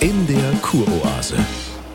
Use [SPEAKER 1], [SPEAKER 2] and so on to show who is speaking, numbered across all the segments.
[SPEAKER 1] In der Kuroase.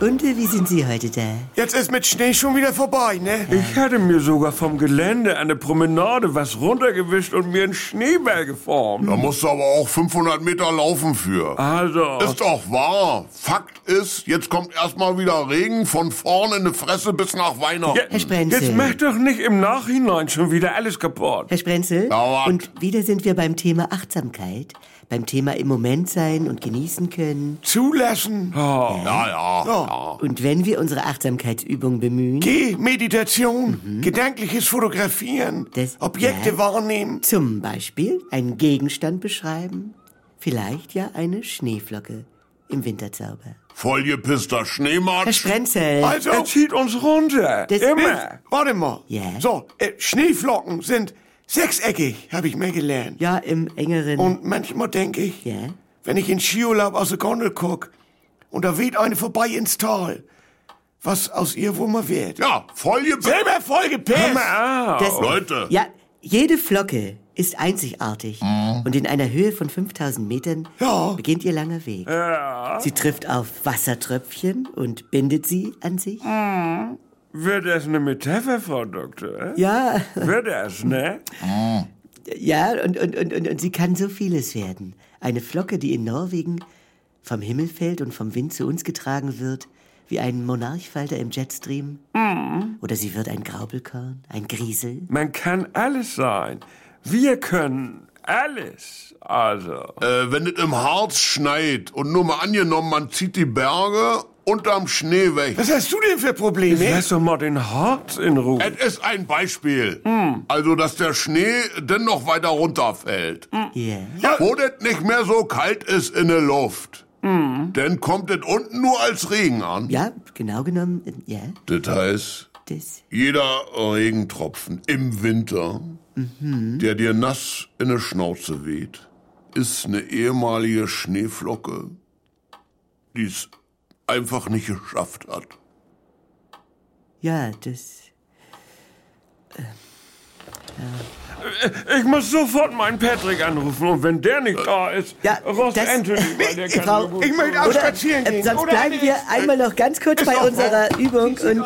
[SPEAKER 2] Und äh, wie sind Sie heute da?
[SPEAKER 3] Jetzt ist mit Schnee schon wieder vorbei, ne?
[SPEAKER 4] Ich hatte mir sogar vom Gelände an der Promenade was runtergewischt und mir einen Schneeball geformt.
[SPEAKER 5] Da musst du aber auch 500 Meter laufen für.
[SPEAKER 4] Also,
[SPEAKER 5] Ist doch wahr. Fakt ist, jetzt kommt erstmal wieder Regen von vorne in die Fresse bis nach Weihnachten.
[SPEAKER 4] Ja,
[SPEAKER 2] Herr Sprenzel.
[SPEAKER 4] jetzt mach doch nicht im Nachhinein schon wieder alles kaputt.
[SPEAKER 2] Herr Sprenzel?
[SPEAKER 5] Dauert.
[SPEAKER 2] Und wieder sind wir beim Thema Achtsamkeit, beim Thema im Moment sein und genießen können.
[SPEAKER 3] Zulassen.
[SPEAKER 5] Ja, ja. ja.
[SPEAKER 2] Und wenn wir unsere Achtsamkeitsübung bemühen,
[SPEAKER 3] Geh, Meditation, gedankliches Fotografieren,
[SPEAKER 2] Mhm. Das-
[SPEAKER 3] Objekte
[SPEAKER 2] ja.
[SPEAKER 3] wahrnehmen.
[SPEAKER 2] zum Beispiel einen Gegenstand beschreiben, vielleicht ja eine Schneeflocke im Winterzauber.
[SPEAKER 5] Vollgepisster
[SPEAKER 2] Herr
[SPEAKER 5] Schneematsch.
[SPEAKER 2] Sprenzel!
[SPEAKER 3] Also,
[SPEAKER 4] Er zieht uns runter.
[SPEAKER 2] Das-
[SPEAKER 4] Immer.
[SPEAKER 3] warte mal.
[SPEAKER 2] Ja?
[SPEAKER 3] So, äh, Schneeflocken sind sechseckig, habe ich mir gelernt.
[SPEAKER 2] Ja, im engeren...
[SPEAKER 3] Und manchmal denke ich,
[SPEAKER 2] ja?
[SPEAKER 3] wenn ich in Skiurlaub aus der Gondel guck und da weht eine vorbei ins Tal, was aus ihr wohl mal wird.
[SPEAKER 5] Ja, vollgepisster.
[SPEAKER 3] Selber vollgepisst.
[SPEAKER 2] Das,
[SPEAKER 5] Leute.
[SPEAKER 2] Ja, jede Flocke ist einzigartig. Und in einer Höhe von 5000 Metern
[SPEAKER 3] Ja.
[SPEAKER 2] Oh. beginnt ihr langer Weg. Sie trifft auf Wassertröpfchen und bindet sie an sich.
[SPEAKER 4] Wird das eine Metapher, Frau Doktor?
[SPEAKER 2] Ja,
[SPEAKER 4] Wird das, ne?
[SPEAKER 2] ja, und, und, und, und, und sie kann so vieles werden. Eine Flocke, die in Norwegen vom Himmel fällt und vom Wind zu uns getragen wird, wie ein Monarchfalter im Jetstream.
[SPEAKER 4] Mhm.
[SPEAKER 2] Oder sie wird ein Graubelkorn, ein Griesel.
[SPEAKER 4] Man kann alles sein. Wir können alles. Also,
[SPEAKER 5] Äh, wenn es im Harz schneit und nur mal angenommen, man zieht die Berge unterm Schnee weg.
[SPEAKER 3] Was hast du denn für Probleme? Äh,
[SPEAKER 4] lass doch mal den Harz in Ruhe.
[SPEAKER 5] Es ist ein Beispiel. Also, dass der Schnee dann noch weiter runterfällt.
[SPEAKER 2] Ja.
[SPEAKER 5] Wo das nicht mehr so kalt ist in der Luft. Dann kommt das unten nur als Regen an.
[SPEAKER 2] Mhm. ja, genau genommen, ja,
[SPEAKER 5] Das heißt,
[SPEAKER 2] das.
[SPEAKER 5] jeder Regentropfen im Winter,
[SPEAKER 2] Mhm.
[SPEAKER 5] der dir nass in der Schnauze weht, ist eine ehemalige Schneeflocke, die es einfach nicht geschafft hat.
[SPEAKER 2] Ja, das.
[SPEAKER 4] Ich muss sofort meinen Patrick anrufen und wenn der nicht da ist,
[SPEAKER 2] Ja,
[SPEAKER 4] Ross
[SPEAKER 2] das-
[SPEAKER 4] Anthony, weil der kann
[SPEAKER 2] Frau-
[SPEAKER 4] so gut
[SPEAKER 3] Ich möchte auch
[SPEAKER 2] Oder,
[SPEAKER 3] spazieren
[SPEAKER 2] äh,
[SPEAKER 3] gehen.
[SPEAKER 2] sonst
[SPEAKER 3] Oder
[SPEAKER 2] bleiben wir einmal noch ganz kurz bei unserer Übung und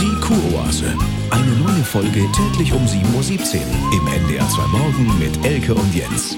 [SPEAKER 1] Die Kuroase. Eine neue Folge täglich um 7.17 Uhr im NDR 2 Morgen mit Elke und Jens.